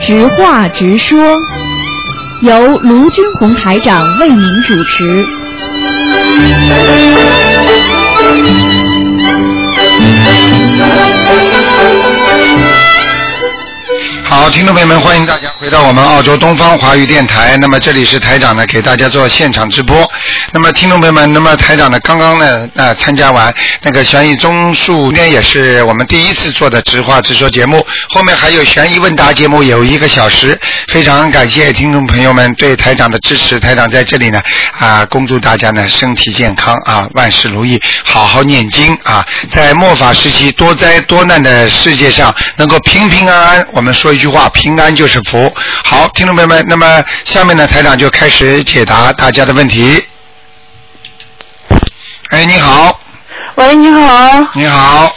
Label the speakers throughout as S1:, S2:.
S1: 直话直说，由卢军红台长为您主持。
S2: 好，听众朋友们，欢迎大家回到我们澳洲东方华语电台。那么这里是台长呢，给大家做现场直播。那么听众朋友们，那么台长呢，刚刚呢，呃，参加完那个悬疑综述，今天也是我们第一次做的直话直说节目。后面还有悬疑问答节目，有一个小时。非常感谢听众朋友们对台长的支持。台长在这里呢，啊、恭祝大家呢身体健康啊，万事如意，好好念经啊，在末法时期多灾多难的世界上，能够平平安安。我们说一句话，平安就是福。好，听众朋友们，那么下面呢，台长就开始解答大家的问题。哎，你好，
S3: 喂，你好，
S2: 你好，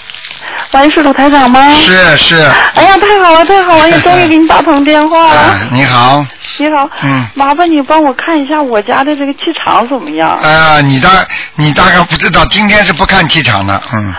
S3: 喂，是鲁台长吗？
S2: 是是，
S3: 哎呀，太好了，太好了，也终于给你打通电话 了。
S2: 啊，你好，
S3: 你好，
S2: 嗯，
S3: 麻烦你帮我看一下我家的这个气场怎么样？
S2: 啊，你大你大概不知道，今天是不看气场的，嗯。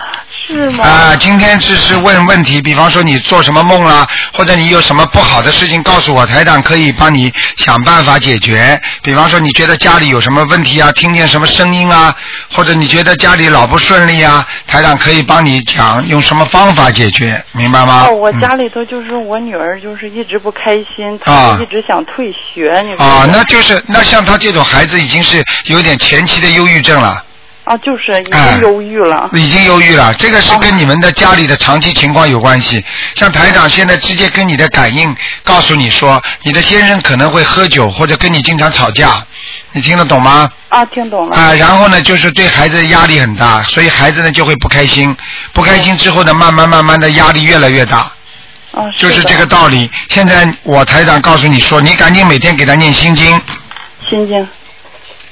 S3: 是吗？
S2: 啊，今天只是问问题，比方说你做什么梦啦、或者你有什么不好的事情告诉我，台长可以帮你想办法解决。比方说你觉得家里有什么问题啊，听见什么声音啊，或者你觉得家里老不顺利啊，台长可以帮你讲用什么方法解决，明白吗？
S3: 哦，我家
S2: 嗯
S3: 里头就是我女儿，就是一直不开心，
S2: 啊
S3: 她一直想退学，你知道
S2: 啊，
S3: 吗
S2: 那就是那像他这种孩子已经是有点前期的忧郁症了。
S3: 啊，就是已
S2: 哎
S3: 经忧郁了。
S2: 已经忧郁了，这个是跟你们的家里的长期情况有关系。像台长现在直接跟你的感应告诉你说，你的先生可能会喝酒或者跟你经常吵架，你听得懂吗？
S3: 啊，听懂了。
S2: 啊，然后呢，就是对孩子压力很大，所以孩子呢就会不开心，不开心之后呢，慢慢慢慢的压力越来越大，
S3: 啊，
S2: 就是是
S3: 的
S2: 这个道理。现在我台长告诉你说，你赶紧每天给他念心经，
S3: 心经。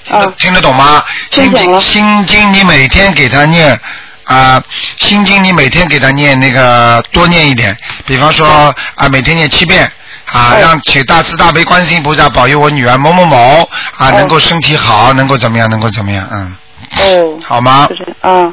S2: 听得
S3: 啊，
S2: 听得懂吗？
S3: 听
S2: 心
S3: 懂
S2: 经，
S3: 了
S2: 心经，你每天给他念啊、心经你每天给他念那个多念一点，比方说啊、每天念七遍。啊，
S3: 哦
S2: 让请大慈大悲观世音菩萨保佑我女儿某某某啊，
S3: 哦
S2: 能够身体好，能够怎么样，能够怎么样，嗯，
S3: 哦。
S2: 好吗
S3: 就？是啊。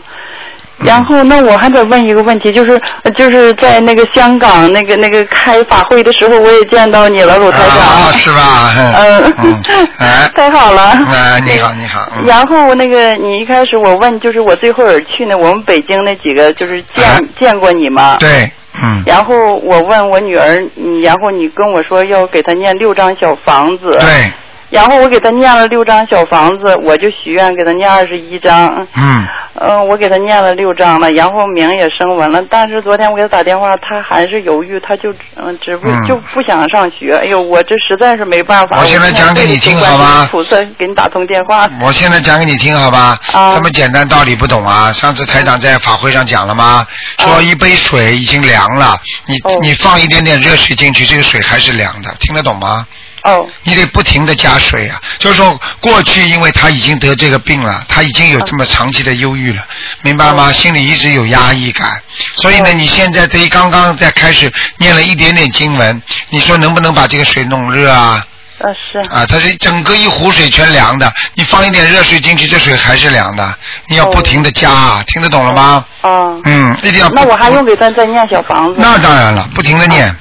S3: 然后，那我还得问一个问题，就是呃就是在那个香港那个那个开法会的时候，我也见到你了，鲁台长。
S2: 啊，是吧？嗯
S3: 嗯，
S2: 嗯， 哎，
S3: 太好了。
S2: 哎，你好，你好，嗯，
S3: 然后那个，你一开始我问，就是我最后尔去呢，我们北京那几个就是见、
S2: 哎
S3: 见过你吗？。
S2: 对，嗯，
S3: 然后我问我女儿，你然后你跟我说要给她念六张小房子。。
S2: 对，
S3: 然后我给她念了六张小房子，我就许愿给她念二十一张。
S2: 嗯，
S3: 嗯，我给他念了六章了，然后名也升文了，但是昨天我给他打电话，他还是犹豫，他就嗯，只不、
S2: 嗯
S3: 就不想上学。哎呦，我这实在是没办法。
S2: 我现在讲给你听好吗嗯
S3: 菩萨给你打通电话。
S2: 我现在讲给你听好吧？
S3: 啊
S2: 这么简单道理不懂啊？上次台长在法会上讲了吗？说
S3: 啊
S2: 一杯水已经凉了，你、
S3: 哦
S2: 你放一点点热水进去，这个水还是凉的，听得懂吗？
S3: 哦
S2: 你得不停的加水啊。就是说，过去因为他已经得这个病了，他已经有这么长期的忧郁了，明白吗？心里一直有压抑感，所以呢，
S3: 哦
S2: 你现在对于刚刚在开始念了一点点经文，你说能不能把这个水弄热啊？
S3: 呃是
S2: 啊，它是整个一壶水全凉的，你放一点热水进去，这水还是凉的，你要不停的加，听得懂了吗？
S3: 啊。
S2: 嗯，一定要不。
S3: 哦那我还用给哦他再念小房子？
S2: 那当然了，不停的念，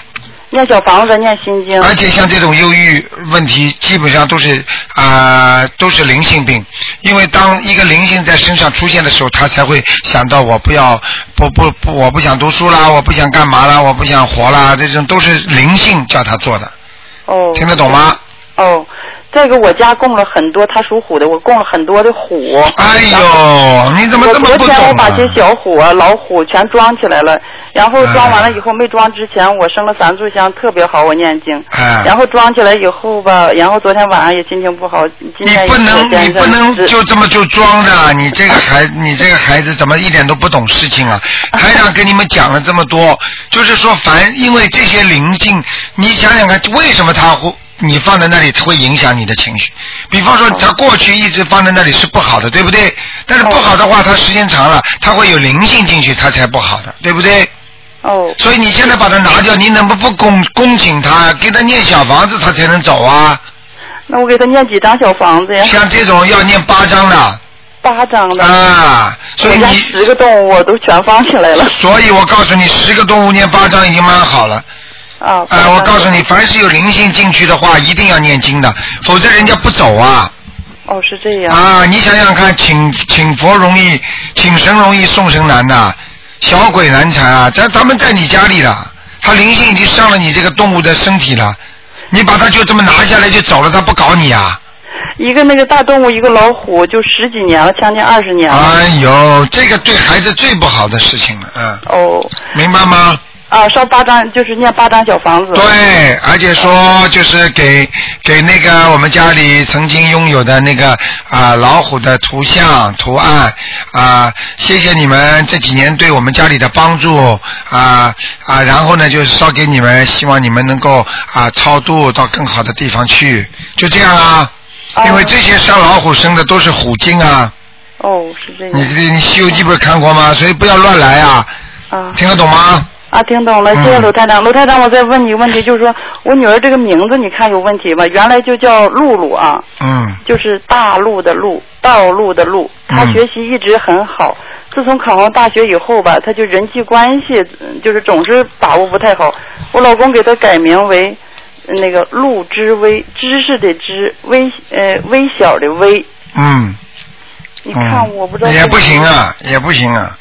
S3: 念小房子，念心经。
S2: 而且像这种忧郁问题，基本上都是啊、都是灵性病，因为当一个灵性在身上出现的时候，他才会想到我不要不不不，我不想读书啦，我不想干嘛啦，我不想活啦，这种都是灵性叫他做的，
S3: 哦。
S2: 听得懂吗？
S3: 哦，这个我家供了很多，他属虎的，我供了很多的虎。
S2: 哎
S3: 然后
S2: 呦，你怎么这么
S3: 我
S2: 不
S3: 昨
S2: 懂、啊？
S3: 天我把些小虎啊、老虎全装起来了，然后装完了以后没装之前，我生了三炷香，特别好，我念经。
S2: 哎，
S3: 然后装起来以后吧，然后昨天晚上也心情不好，今
S2: 你
S3: 天
S2: 不能，
S3: 也
S2: 你
S3: 是
S2: 不能
S3: 这
S2: 就这么就装的，啊你这个孩，你这个孩子怎么一点都不懂事情啊？台长跟你们讲了这么多，就是说凡因为这些灵性，你想想看，为什么他会你放在那里会影响你的情绪？比方说，他过去一直放在那里是不好的，对不对？但是不好的话，他时间长了，他会有灵性进去，他才不好的，对不对？
S3: 哦
S2: 所以你现在把它拿掉，你能不不恭恭请他，给他念小房子，他才能走啊？
S3: 那我给他念几张小房子呀？
S2: 像这种要念八章的。
S3: 八张的，
S2: 啊，所
S3: 我
S2: 以
S3: 家
S2: 你，
S3: 十个动物我都全放起来了。
S2: 所以我告诉你，十个动物念八章已经蛮好了。
S3: 啊。
S2: 啊、我告诉你，凡是有灵性进去的话，一定要念经的，否则人家不走啊。
S3: 哦，是这样。
S2: 啊，你想想看，请请佛容易，请神容易，送神难呐、小鬼难缠啊！咱咱们在你家里了，他灵性已经上了你这个动物的身体了，你把它就这么拿下来就走了，他不搞你啊！
S3: 一个那个大动物，一个老虎，就十几年了，将近二十年了。
S2: 哎呦，这个对孩子最不好的事情了，嗯，
S3: 哦，
S2: 明白吗？
S3: 啊，烧八张就是念八张小房子。
S2: 对，而且说就是给给那个我们家里曾经拥有的那个啊、老虎的图像图案啊、谢谢你们这几年对我们家里的帮助啊啊、然后呢就是烧给你们，希望你们能够啊、超度到更好的地方去，就这样啊。
S3: 哦
S2: 因为这些烧老虎生的都是虎精啊，
S3: 哦，是这
S2: 你
S3: 样。
S2: 你《西游记》不是看过吗？所以不要乱来啊，
S3: 啊
S2: 听得懂吗？
S3: 啊，听懂了，谢
S2: 嗯
S3: 谢卢台长。卢台长，我再问你一个问题，就是说我女儿这个名字，你看有问题吧？原来就叫露露啊，
S2: 嗯，
S3: 就是大路的路，道路的路。她
S2: 嗯
S3: 学习一直很好，自从考上大学以后吧，她就人际关系嗯就是总是把握不太好。我老公给她改名为呃那个陆之微，知识的知，微呃微小的微。
S2: 嗯。
S3: 你看，
S2: 嗯
S3: 我不知道、
S2: 也不行，啊，也不行啊。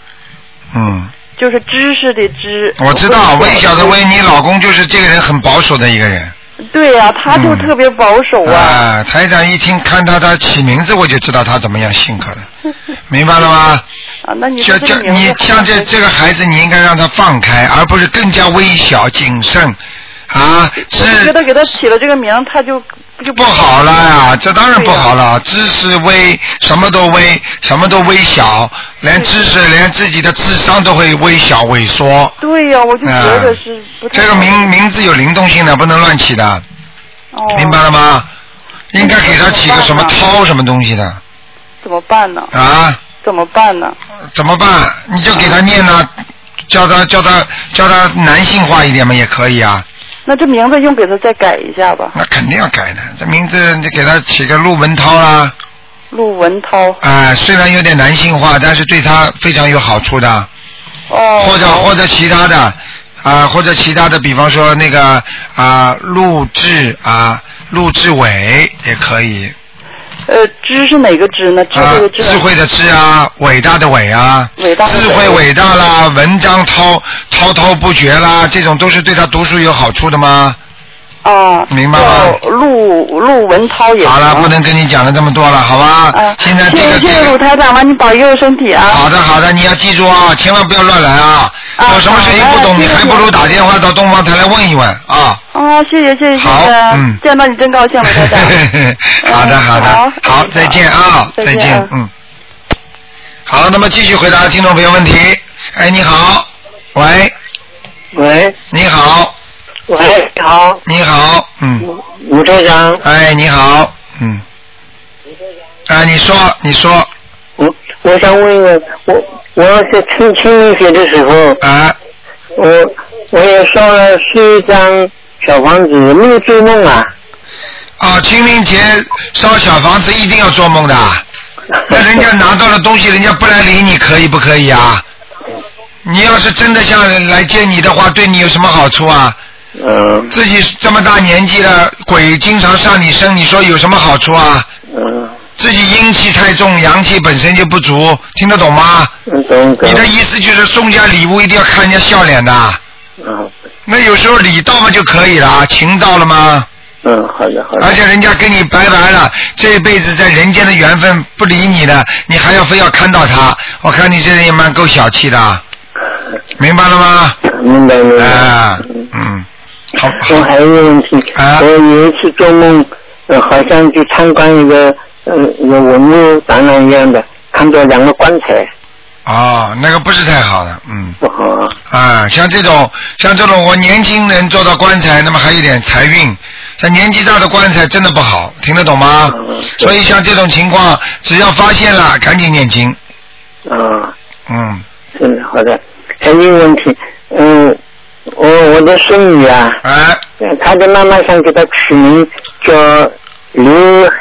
S2: 嗯，
S3: 就是知识的知。
S2: 我知道，
S3: 微
S2: 微小的
S3: 微。
S2: 微，你老公就是这个人很保守的一个人。
S3: 对呀、他就
S2: 嗯
S3: 特别保守啊。
S2: 啊，台长一听看到他起名字，我就知道他怎么样性格了， 明白了吗？
S3: 啊，那你
S2: 就
S3: 说
S2: 就
S3: 这个名
S2: 你
S3: 字
S2: 像这这个孩子，你应该让他放开，而不是更加微小谨慎啊，
S3: 我
S2: 是
S3: 觉得给他起了这个名，他就就
S2: 不好了呀、这当然不好了，知识微，什么都微，什么都微小，连知识连自己的智商都会微小萎缩。
S3: 对呀、我就觉得是不
S2: 嗯
S3: 太
S2: 这
S3: 好、
S2: 个名名字有灵动性的，不能乱起的，
S3: 哦、
S2: 明白了吗？应该给他起个什么
S3: 那怎么办
S2: 涛什么东西的
S3: 怎么办呢？
S2: 啊？
S3: 怎么办呢？
S2: 怎么办？你就给他念呢、叫他叫他叫他男性化一点嘛，也可以啊。
S3: 那这名字用给他再改一下吧，
S2: 那肯定要改的，这名字你给他起个陆文涛啦，
S3: 陆文涛。
S2: 啊、虽然有点男性化，但是对他非常有好处的。
S3: 哦，
S2: 或者
S3: 好
S2: 或者其他的啊、或者其他的，比方说那个啊，陆志啊，陆志伟也可以。
S3: 呃，知是哪个知呢？智
S2: 啊
S3: 慧的，智，
S2: 智慧的智啊，伟大的伟啊，
S3: 伟大的伟
S2: 智慧伟大啦，文章滔滔滔不绝啦，这种都是对他读书有好处的吗？
S3: 啊，
S2: 明白吗
S3: 叫陆陆文涛也行
S2: 好了，不能跟你讲了这么多了，好吧？
S3: 啊，
S2: 现在这
S3: 谢
S2: 个
S3: 谢谢
S2: 这
S3: 谢鲁
S2: 个。
S3: 台长吧，你保佑身体啊。
S2: 好的好的，你要记住啊，千万不要乱来啊！
S3: 啊
S2: 有什么事情
S3: 好的
S2: 不懂，你
S3: 谢谢
S2: 还不如打电话到东方台来问一问啊。
S3: 哦，谢谢谢谢谢
S2: 好
S3: 谢，
S2: 嗯
S3: 见到你真高兴，鲁台 长。
S2: 好的
S3: 嗯
S2: 好的
S3: 好，
S2: 好，再见啊，
S3: 再见
S2: 见
S3: 啊，
S2: 嗯。好，那么继续回答听众朋友问题。哎，你好，喂，
S4: 喂
S2: 你好，
S4: 喂，你好，
S2: 你好，嗯，
S4: 吴吴队长，
S2: 哎，你好，嗯，啊，你说，你说，
S4: 我我想问问，我我是听清明节的时候，
S2: 啊，
S4: 我我也烧了十一张小房子，没有做梦啊。
S2: 啊，清明节烧小房子一定要做梦的啊，那人家拿到了东西，人家不来理你，可以不可以啊？你要是真的像来接你的话，对你有什么好处啊？
S4: 嗯
S2: 自己这么大年纪了，鬼经常上你身，你说有什么好处啊？
S4: 嗯
S2: 自己阴气太重，阳气本身就不足，听得懂吗？
S4: 嗯，懂懂
S2: 你。的意思就是送人家礼物一定要看人家笑脸的？啊
S4: 嗯
S2: 那有时候礼到了就可以了，情到了吗？
S4: 嗯，好的好的
S2: 而。且人家跟你拜拜了，这辈子在人间的缘分不理你的，你还要非要看到他，我看你这人也蛮够小气的，明白了吗？
S4: 明白明白。
S2: 啊
S4: 嗯，
S2: 嗯，好，
S4: 我
S2: 好，
S4: 还有一个问题，
S2: 啊
S4: 我有一次做梦，呃，好像就参观一个呃一个文物展览一样的，看到两个棺材，
S2: 哦，那个不是太好的，嗯。
S4: 不好啊。
S2: 啊，像这种像这种，我年轻人做到棺材，那么还有点财运；像年纪大的棺材真的不好，听得懂吗
S4: 嗯？
S2: 所以像这种情况，只要发现了，赶紧念经。
S4: 啊，
S2: 嗯，
S4: 嗯，好的。还有一个问题，嗯，我我的孙女啊，
S2: 哎，
S4: 呃她的妈妈想给她取名叫刘海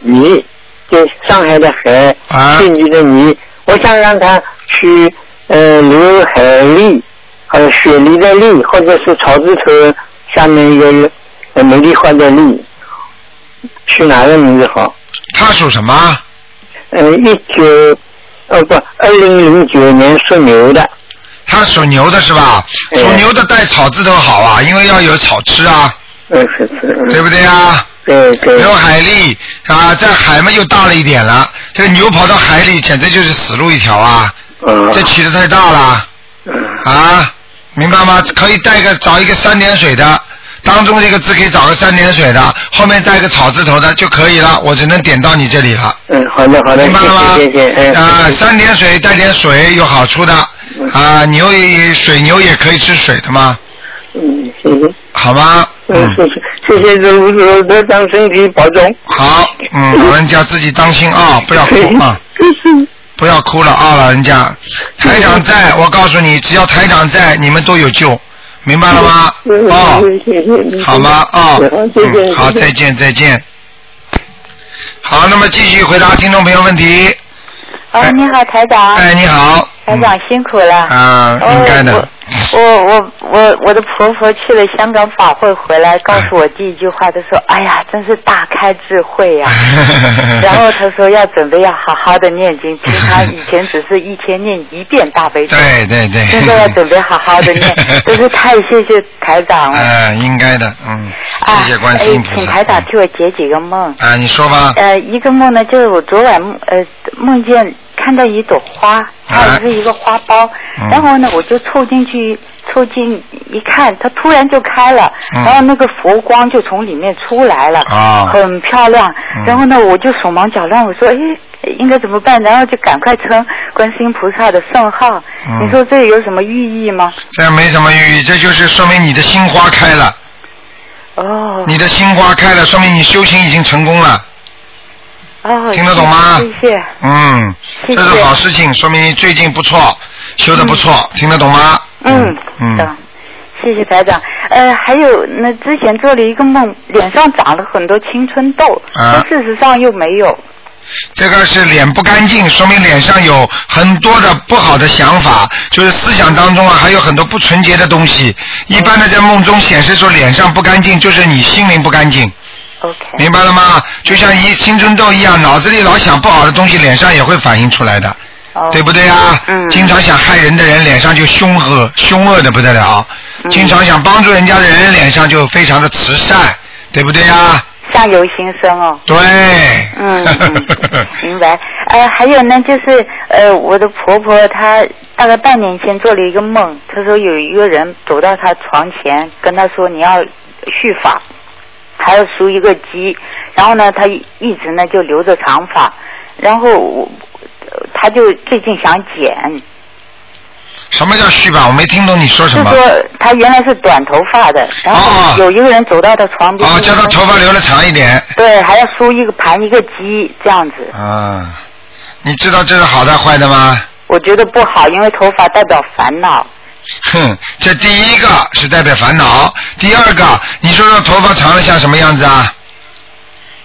S4: 妮，就上海的海，
S2: 啊
S4: 妓女的妮。我想让她取呃刘海丽，呃雪梨的梨，或者是草字头下面一个呃玫瑰花的丽，取哪个名字好？
S2: 他属什么？
S4: 呃，一九哦不，二零零九年属牛的，
S2: 他属牛的是吧？
S4: 嗯
S2: 属牛的带草字头好啊，因为要有草吃啊，
S4: 呃是是，嗯
S2: 对不对啊？
S4: 对对
S2: 有海蛎啊，在海嘛又大了一点了，这个牛跑到海里简直就是死路一条啊！
S4: 嗯
S2: 这起的太大了
S4: 嗯
S2: 啊，明白吗？可以带个找一个三点水的，当中这个字可以找个三点水的，后面带个草字头的就可以了。我只能点到你这里了，
S4: 嗯好的好的，
S2: 明白了吗？
S4: 谢谢谢谢，嗯
S2: 啊，三点水带点水有好处的啊，牛也水牛也可以吃水的嘛，
S4: 嗯谢谢，
S2: 好吗？
S4: 嗯谢谢谢谢这吴主任，长身体保重。
S2: 好，嗯，老人家自己当心 啊，不要哭啊，不要哭了啊，老人家。台长在，我告诉你，只要台长在，你们都有救，明白了吗？哦，好吗？哦，嗯，好，再见，再见。好，那么继续回答听众朋友问题。
S5: 哦，你好，台长。
S2: 哎，你好。
S5: 台长辛苦了。
S2: 啊，应该的
S5: 哦。我我我我我的婆婆去了香港法会回来，告诉我第一句话，她说：“哎呀，真是大开智 慧呀、
S2: 哎
S5: 然后她说要准备要好好的念经，平常以前只是一天念一遍大悲咒，
S2: 对对对。
S5: 现在要准备好好 的念，真是太谢谢台长了。
S2: 嗯，应该的，嗯，
S5: 啊，
S2: 谢谢观世音
S5: 哎
S2: 菩
S5: 请
S2: 萨。
S5: 台长替我解几个梦。
S2: 啊，你说吧。
S5: 呃，一个梦呢，就是我昨晚梦呃梦见看到一朵花，它是一个花苞，
S2: 啊嗯
S5: 然后呢我就凑进去凑近一看，它突然就开了，
S2: 嗯
S5: 然后那个佛光就从里面出来了，
S2: 啊
S5: 很漂亮
S2: 嗯。
S5: 然后呢我就手忙脚乱，我说哎应该怎么办？然后就赶快称观世音菩萨的圣号。
S2: 嗯
S5: 你说这有什么寓意吗？
S2: 这没什么寓意，这就是说明你的心花开了。
S5: 哦
S2: 你的心花开了，说明你修行已经成功了。
S5: 哦，
S2: 听得懂吗
S5: 谢谢。
S2: 嗯，
S5: 谢谢
S2: 这是好事情，说明你最近不错，修的不错，听得懂吗？
S5: 嗯，
S2: 嗯
S5: 的，谢谢台长。呃，还有那之前做了一个梦，脸上长了很多青春痘，
S2: 啊
S5: 但事实上又没有。
S2: 这个是脸不干净，说明脸上有很多的不好的想法，就是思想当中啊还有很多不纯洁的东西。一般的在梦中显示说脸上不干净，就是你心灵不干净，
S5: OK，
S2: 明白了吗？就像一青春痘一样，脑子里老想不好的东西，脸上也会反映出来的。
S5: 哦，
S2: 对不对啊？
S5: 嗯
S2: 经常想害人的人脸上就凶恶，凶恶的不得了；
S5: 嗯
S2: 经常想帮助人家的人脸上就非常的慈善，对不对啊？
S5: 相由心生哦。
S2: 对。
S5: 嗯，嗯明白。呃，还有呢，就是呃，我的婆婆她大概半年前做了一个梦，她说有一个人走到她床前，跟她说你要蓄发，还要梳一个髻，然后呢，她一一直呢就留着长发，然后我呃她就最近想剪，
S2: 什么叫虚吧？我没听懂你说什
S5: 就
S2: 么。
S5: 说她原来是短头发的，然
S2: 哦
S5: 后有一个人走到她床边，
S2: 哦，叫他头发留的长一点。
S5: 对，还要梳一个盘一个髻这样子。
S2: 啊，你知道这是好的坏的吗？
S5: 我觉得不好，因为头发代表烦恼。
S2: 哼，这第一个是代表烦恼，第二个，你说说头发长了像什么样子啊？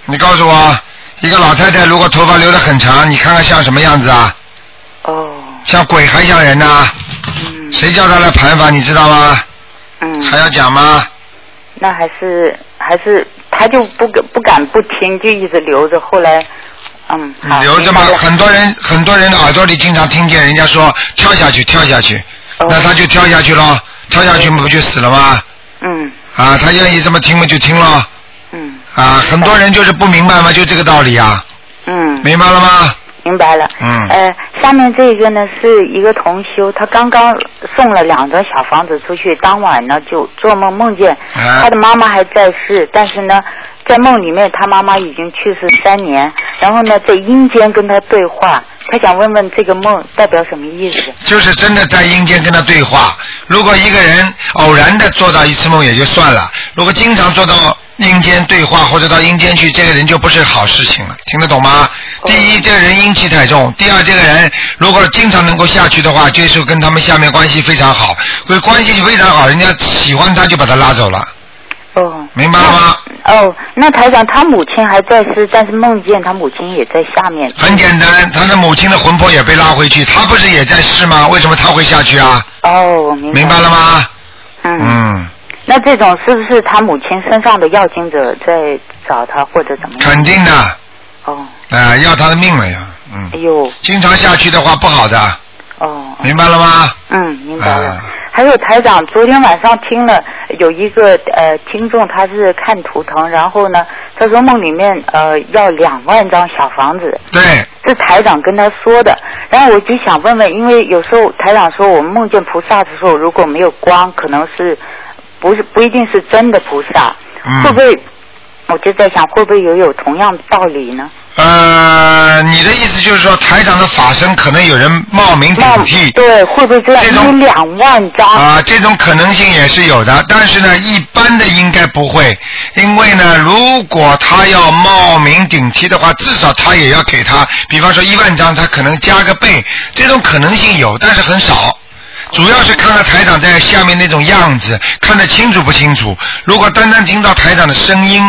S2: 你告诉我，一个老太太如果头发留得很长，你看看像什么样子啊？
S5: 哦，
S2: 像鬼还像人呐、
S5: 嗯
S2: 谁叫他来盘法，你知道吗？
S5: 嗯，
S2: 还要讲吗？
S5: 那还是还是他就不敢不敢不听，就一直留着。后来，嗯，好
S2: 留着嘛
S5: 明白，了
S2: 很多人很多人的耳朵里经常听见人家说跳下去，跳下去，
S5: 哦
S2: 那他就跳下去咯，跳下去不就死了吗？
S5: 嗯
S2: 啊，他愿意这么听嘛就听咯。
S5: 嗯
S2: 啊，很多人就是不明白嘛，就这个道理啊，
S5: 嗯，
S2: 明白了吗？
S5: 明白了。
S2: 嗯
S5: 呃，下面这个呢是一个同修，他刚刚送了两张小房子出去，当晚呢就做梦梦见
S2: 啊
S5: 他的妈妈还在世，但是呢。在梦里面，他妈妈已经去世三年，然后呢，在阴间跟他对话，他想问问这个梦代表什么意思？
S2: 就是真的在阴间跟他对话。如果一个人偶然的做到一次梦也就算了，如果经常做到阴间对话或者到阴间去，这个人就不是好事情了，听得懂吗？第一，这个人阴气太重；第二，这个人如果经常能够下去的话，就是跟他们下面关系非常好，会关系非常好，人家喜欢他就把他拉走了，
S5: 哦，
S2: 明白了吗？
S5: 哦，那台长他母亲还在世，但是梦见他母亲也在下面。
S2: 很简单，他的母亲的魂魄也被拉回去，他不是也在世吗？为什么他会下去啊？
S5: 哦，我明白。
S2: 明白了吗？
S5: 嗯，
S2: 嗯，
S5: 那这种是不是他母亲身上的要经者在找他或者怎么样？
S2: 肯定的，啊、
S5: 哦，
S2: 要他的命了呀，
S5: 哎
S2: 嗯，
S5: 呦，
S2: 经常下去的话不好的，
S5: 哦，
S2: 明白了吗？
S5: 嗯，明白了。
S2: 啊
S5: 还有台长，昨天晚上听了有一个呃听众，他是看图腾，然后呢，他说梦里面呃要两万张小房子，
S2: 对，
S5: 是台长跟他说的。然后我就想问问，因为有时候台长说我们梦见菩萨的时候，如果没有光，可能是不是不一定是真的菩萨，
S2: 嗯
S5: 会不会？我就在想，会不会也有同样的道理呢？
S2: 呃，你的意思就是说台长的法身可能有人冒名顶
S5: 那
S2: 替，
S5: 对，会不会这样？
S2: 这
S5: 因
S2: 种
S5: 为两万张，
S2: 啊，这种可能性也是有的，但是呢，一般的应该不会，因为呢，如果他要冒名顶替的话，至少他也要给他，比方说一万张，他可能加个倍，这种可能性有，但是很少。主要是看到台长在下面那种样子，看得清楚不清楚。如果单单听到台长的声音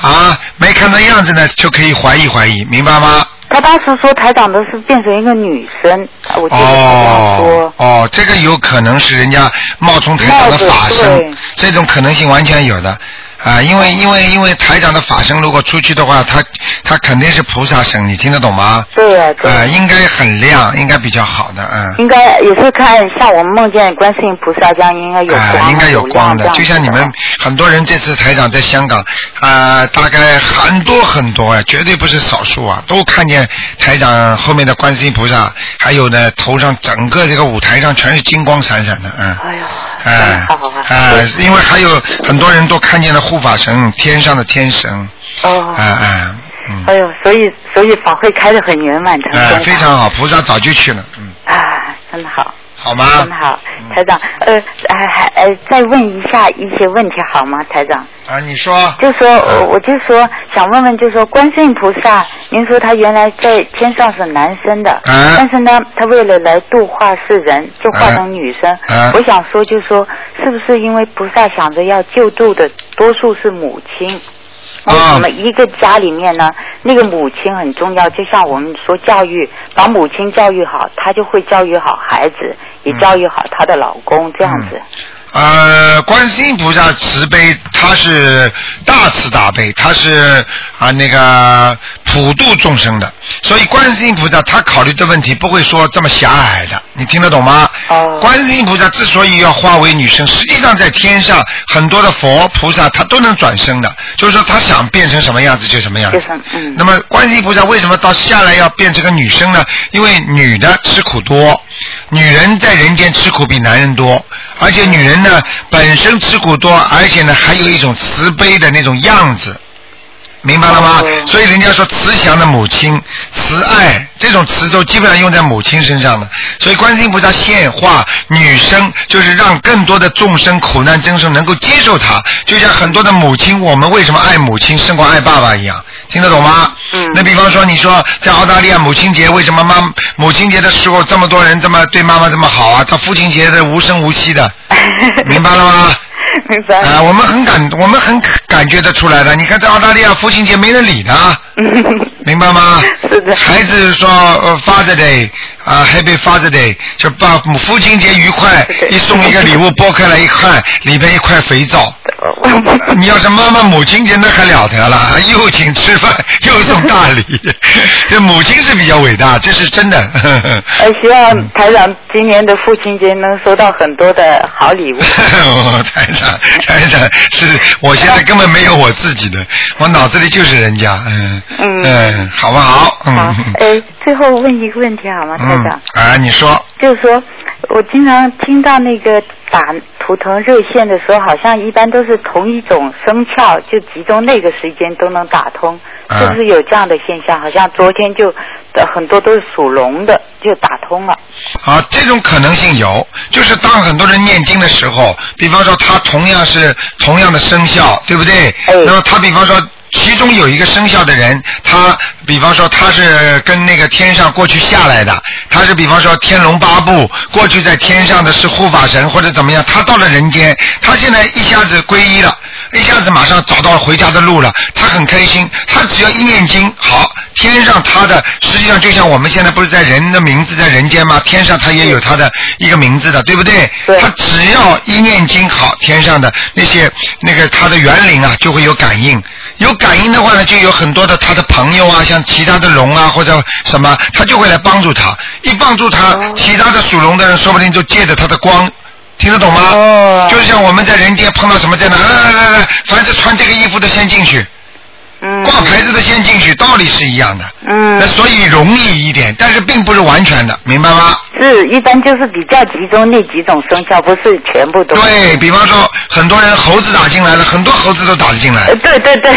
S2: 啊，没看到样子呢，就可以怀疑怀疑，明白吗？
S5: 他当时说台长的是变成一个女生，啊我记得他这样
S2: 哦
S5: 说。
S2: 哦，这个有可能是人家冒充台长的法
S5: 冒着
S2: 身
S5: 对，哦
S2: 这种可能性完全有的。啊，因为因为因为台长的法身如果出去的话，他他肯定是菩萨身，你听得懂吗？
S5: 对呀、对、
S2: 啊，应该很亮，应该比较好的，嗯。
S5: 应该也是看像我们梦见观世音菩萨这样，应该有光、
S2: 啊，应该有光
S5: 的啊
S2: 的，，就像你们很多人这次台长在香港，啊、大概很多很多呀、绝对不是少数啊，都看见台长后面的观世音菩萨，还有呢头上整个这个舞台上全是金光闪闪的，嗯。
S5: 哎呦，
S2: 哎
S5: 真好啊！
S2: 哎，因为还有很多人都看见了护法神，天上的天神，
S5: 哦，
S2: 哎哎，嗯，
S5: 哎呦，所以所以法会开得很圆满成
S2: 哎，
S5: 功，
S2: 非常好，菩萨早就去了，嗯，
S5: 啊，真好。
S2: 好吗
S5: 真？好，
S2: 嗯
S5: 台长，呃，还还呃，再问一下一些问题好吗，台长？
S2: 啊，你说，
S5: 就说，
S2: 呃
S5: 我我就说，想问问，就说观世音菩萨，您说他原来在天上是男生的，
S2: 嗯
S5: 但是呢，他为了来度化世人，就化成女生。
S2: 嗯
S5: 我想说，就说是不是因为菩萨想着要救度的多数是母亲？为
S2: 啊
S5: 什么一个家里面呢，那个母亲很重要？就像我们说教育，把母亲教育好，她就会教育好孩
S2: 嗯
S5: 子，也教育好她的老公，这样子。
S2: 呃，观世音菩萨慈悲，他是大慈大悲，他是啊那个普度众生的，所以观世音菩萨他考虑的问题不会说这么狭隘的，你听得懂吗？
S5: 哦
S2: 观世音菩萨之所以要化为女生，实际上在天上很多的佛菩萨他都能转生的，就是说他想变成什么样子就什么样子
S5: 就。像嗯
S2: 那么观世音菩萨为什么到下来要变成个女生呢？因为女的吃苦多，女人在人间吃苦比男人多，而且女人呢本身吃苦多，而且呢还有一种慈悲的那种样子。明白了吗？
S5: 哦
S2: 所以人家说慈祥的母亲、慈爱这种词都基本上用在母亲身上的。所以观世音菩萨现化女生，就是让更多的众生苦难众生能够接受她。就像很多的母亲，我们为什么爱母亲胜过爱爸爸一样，听得懂吗？
S5: 嗯
S2: 那比方说，你说在澳大利亚母亲节，为什么妈母亲节的时候这么多人这么对妈妈这么好啊？到父亲节的无声无息 的，明白了吗？
S5: 明白。
S2: 啊，我们很感，我们很感觉得出来的。你看，在澳大利亚父亲节没人理的， 明白吗？
S5: 是的
S2: 孩子说、呃、Father Day 啊、Happy Father Day，就把父亲节愉快
S5: 是，的
S2: 一送一个礼物，剥开来一看，里边一块肥 皂。你要是妈妈母亲节那还了得了，又请吃饭又送大 礼，这母亲是比较伟大，这是真的。呵呵
S5: 呃，希望台长今年的父亲节能收到很多的好礼物。
S2: 我台长，台长是，我现在根本没有我自己的，我脑子里就是人家，嗯
S5: 嗯
S2: 好不好？嗯
S5: 好，呃，最后问一个问题好吗，台长
S2: 嗯？，啊，你说，
S5: 就是说，我经常听到那个打图腾热线的时候，好像一般都是同一种生肖，就集中那个时间都能打通，
S2: 啊
S5: 是不是有这样的现象？好像昨天就、呃很多都是属龙的就打通了。
S2: 啊，这种可能性有，就是当很多人念经的时候，比方说他同样是同样的生肖，对不对？
S5: 哎
S2: 那么他比方说其中有一个生肖的人，他比方说他是跟那个天上过去下来的，他是比方说天龙八部过去在天上的是护法神或者怎么样，他到了人间，他现在一下子皈依了，一下子马上找到回家的路了，他很开心，他只要一念经，好，天上他的实际上就像我们现在不是在人的名字在人间吗？天上他也有他的一个名字的，对不对？他只要一念经好，天上的那些那个他的园林啊就会有感应，有感应的话呢，就有很多的他的朋友啊，像其他的龙啊或者什么，他就会来帮助他。一帮助他，其他的属龙的人说不定就借着他的光。听得懂吗？哦，就像我们在人间碰到什么灾难，来来来来，凡是穿这个衣服的先进去，嗯，挂牌子的先进去，道理是一样的，嗯，那所以容易一点，但是并不是完全的，明白吗？
S5: 是一般就是比较集中那几种生肖，不是全部都。
S2: 对比方说，很多人猴子打进来了，很多猴子都打得进来。
S5: 呃对对 对，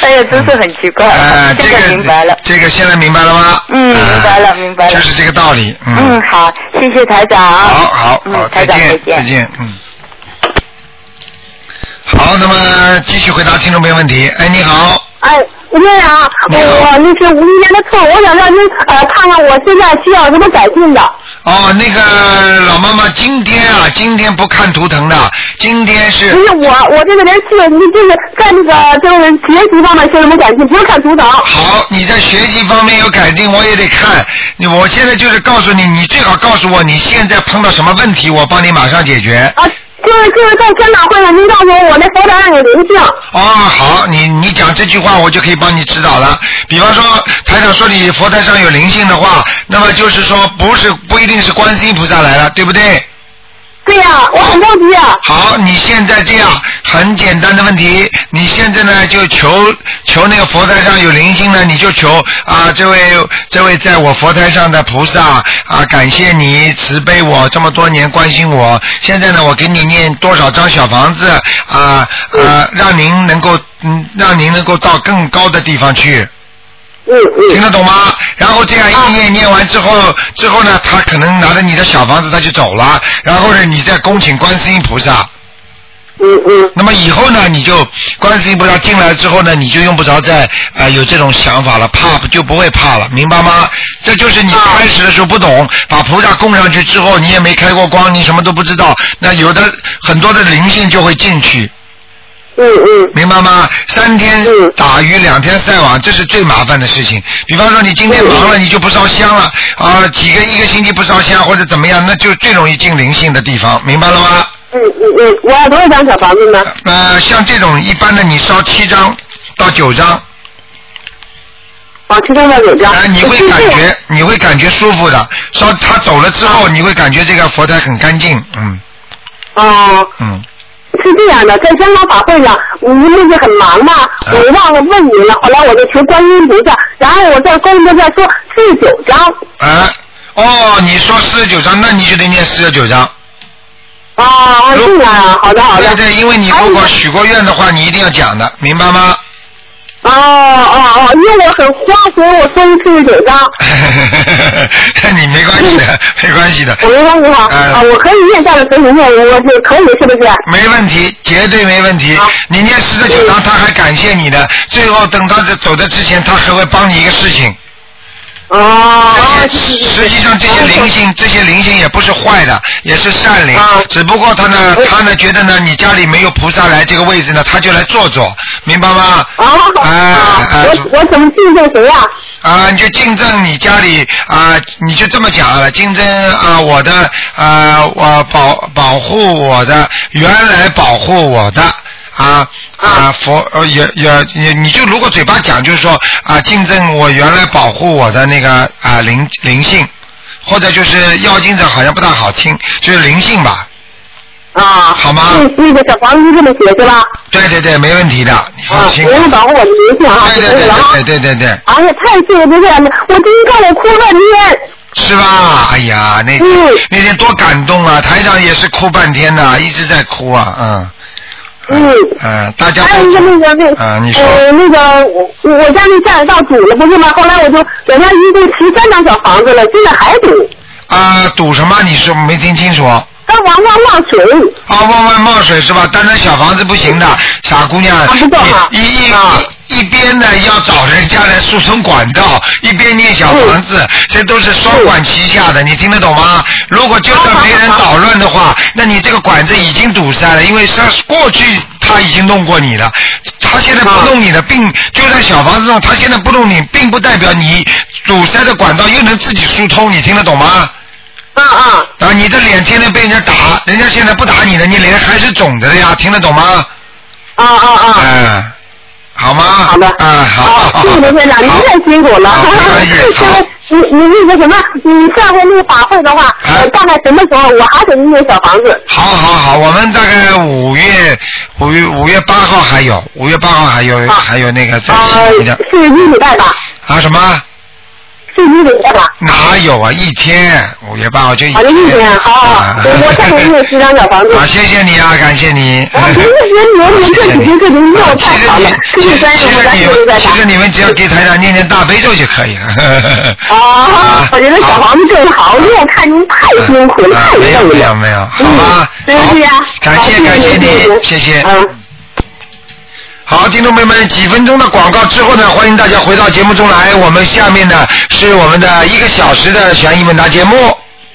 S5: 哎呀，真是很奇怪。
S2: 呃，这个明白了，这个现在明白了吗？呃
S5: 嗯，明白了，明白了。
S2: 就是这个道理，嗯。
S5: 嗯，好，谢谢台长。
S2: 好好
S5: 嗯
S2: 好，
S5: 台长
S2: 见
S5: 再见
S2: 再见，嗯。好，那么继续回答听众朋友问题。哎，你好，
S6: 哎，那样，我那是无意间的错，我想让您呃看看我现在需要什么改进的。
S2: 哦，那个老妈妈，今天啊，今天不看图腾的，今天
S6: 不
S2: 是
S6: 是我，我这个人是，你就是在那个就是学习方面需要什么改进，不是看图档。
S2: 好，你在学习方面有改进，我也得看。你我现在就是告诉你，你最好告诉我你现在碰到什么问题，我帮你马上解决。
S6: 啊，就是就是在宣大会上，您告诉我我那佛台上有灵性。
S2: 哦，好，你你讲这句话，我就可以帮你指导了。比方说，台长说你佛台上有灵性的话，那么就是说不是不一定是观世音菩萨来了，对不对？
S6: 对呀、我很着急啊。
S2: 好，你现在这样很简单的问题，你现在呢就求求那个佛台上有灵性呢，你就求啊，这位这位在我佛台上的菩萨啊，感谢你慈悲我这么多年关心我，现在呢我给你念多少张小房子啊啊，让您能够嗯，让您能够到更高的地方去。听得懂吗？然后这样一念念完之后，之后呢，他可能拿着你的小房子他就走了，然后呢，你再恭请观世音菩萨。
S6: 嗯嗯。
S2: 那么以后呢，你就观世音菩萨进来之后呢，你就用不着再啊、呃有这种想法了，怕就不会怕了，明白吗？这就是你开始的时候不懂，把菩萨供上去之后，你也没开过光，你什么都不知道，那有的很多的灵性就会进去。
S6: 嗯嗯，
S2: 明白吗？三天打鱼两天晒网，这是最麻烦的事情。比方说你今天忙了，你就不烧香了啊、几个一个星期不烧香或者怎么样，那就最容易进灵性的地方，明白了吗？
S6: 嗯嗯嗯，我要多少张小房子呢？
S2: 呃，像这种一般的，你烧七张到九张，
S6: 啊，七张到九张。
S2: 呃，你会感觉你会感觉舒服的。烧他走了之后，你会感觉这个佛台很干净，嗯
S6: 哦。
S2: 嗯。
S6: 是这样的，在香港法会上，您不是很忙吗？
S2: 哎
S6: 我忘了问您了，后来我就求观音菩萨，然后我在观音菩萨说四十九张，
S2: 啊、哦，你说四十九张，那你就得念四十九张。
S6: 啊啊，这样啊，好的好的。
S2: 对对，因为你如果许过愿的话，你一定要讲的，明白吗？
S6: 哦哦哦，因为我很慌，所以我说四十九张，
S2: 你没关系的，没关系的，
S6: 嗯我没关系哈，
S2: 嗯
S6: 啊，我可以念下来随你念，我是可以是不是？
S2: 没问题，绝对没问题。你念四十九章，
S6: 嗯
S2: 他还感谢你的。最后等他走的之前，他还会帮你一个事情。哎
S6: 哦，
S2: 实际上这些灵性，这些灵性也不是坏的，也是善灵。只不过他呢，他呢觉得呢，你家里没有菩萨来这个位置呢，他就来坐坐，明白吗？
S6: 啊，
S2: 哎
S6: 我我怎么敬这谁呀？
S2: 啊，你就竞争你家里啊，你就这么讲了，竞争啊，我的啊，我保保护我的，原来保护我的。啊啊佛呃也也也，你就如果嘴巴讲，就是说啊，竞争我原来保护我的那个啊灵灵性，或者就是要精者好像不大好听，就是灵性吧，
S6: 啊，
S2: 好吗？
S6: 那个小房子这么写是吧？
S2: 对对对，没问题的，你放
S6: 啊，
S2: 心。
S6: 我会保护我的灵性啊，
S2: 对对
S6: 就
S2: 对
S6: 是了啊
S2: 对对对对，
S6: 哎呀，太谢谢您了，我第一看我哭半天。
S2: 是吧？哎呀，那天、
S6: 嗯
S2: 那天多感动啊！台长也是哭半天呐、一直在哭啊，嗯。
S6: 嗯。
S2: 嗯，大家
S6: 还有一个哎那个那
S2: 啊你说
S6: 呃那个我我家那下水道堵了不是吗？后来我就给他一共十三张小房子了，现在还堵。
S2: 啊，赌什么？你是没听清楚？
S6: 刚往外冒水。
S2: 啊，往外冒水是吧？单单小房子不行的，傻姑娘，
S6: 不够啊
S2: 一一一一边呢要找人家来疏通管道，一边念小房
S6: 嗯
S2: 子，这都是双管齐下的，你听得懂吗？如果就算没人捣乱的话，那你这个管子已经堵塞了，因为它过去他已经弄过你了，他现在不
S6: 啊
S2: 弄你了，并就算小房子弄，他现在不弄你，并不代表你堵塞的管道又能自己疏通，你听得懂吗？
S6: 啊啊，
S2: 啊，你的脸天天被人家打，人家现在不打你了，你脸还是肿着的呀，听得懂吗？
S6: 啊啊啊！
S2: 嗯，好吗？
S6: 好的
S2: 嗯，好好好。
S6: 谢谢刘院长，您
S2: 好
S6: 太辛苦了。
S2: 好没关 系好
S6: 你你那个什么，你下回那个法会的话，
S2: 哎
S6: 呃大概什么时候？我还得念小房子。
S2: 好好好，我们大概五月五月五月八号还有，五月八号还有、
S6: 啊
S2: 还有那个在
S6: 啊
S2: 悉尼的，
S6: 是一礼拜吧？
S2: 啊什么？
S6: 是一礼拜吧？
S2: 哪有啊？一天，五月八号就一
S6: 好的，一天，好好
S2: 啊
S6: 好，我我再给你十张小房子。
S2: 啊，谢谢你啊，感谢你。
S6: 我平时您您这几天这您
S2: 啊
S6: 又
S2: 其
S6: 太
S2: 实
S6: 好
S2: 你
S6: 了，谢
S2: 其实
S6: 谢专业，我再
S2: 你
S6: 努力
S2: 们
S6: 再
S2: 其
S6: 打。
S2: 实你们只要给台长念念大悲咒就可以了。
S6: 哦，我觉得小房子正好，因为我看您太辛苦了，
S2: 啊
S6: 太
S2: 没有
S6: 累
S2: 没有
S6: 了。
S2: 没有，好
S6: 嗯
S2: 吧，
S6: 对
S2: 好
S6: 对呀
S2: 感谢
S6: 好
S2: 感谢
S6: 谢谢
S2: 你，谢
S6: 谢谢
S2: 谢。
S6: 嗯。
S2: 好，听众朋友们，几分钟的广告之后呢，欢迎大家回到节目中来。我们下面呢是我们的一个小时的悬疑问答节目。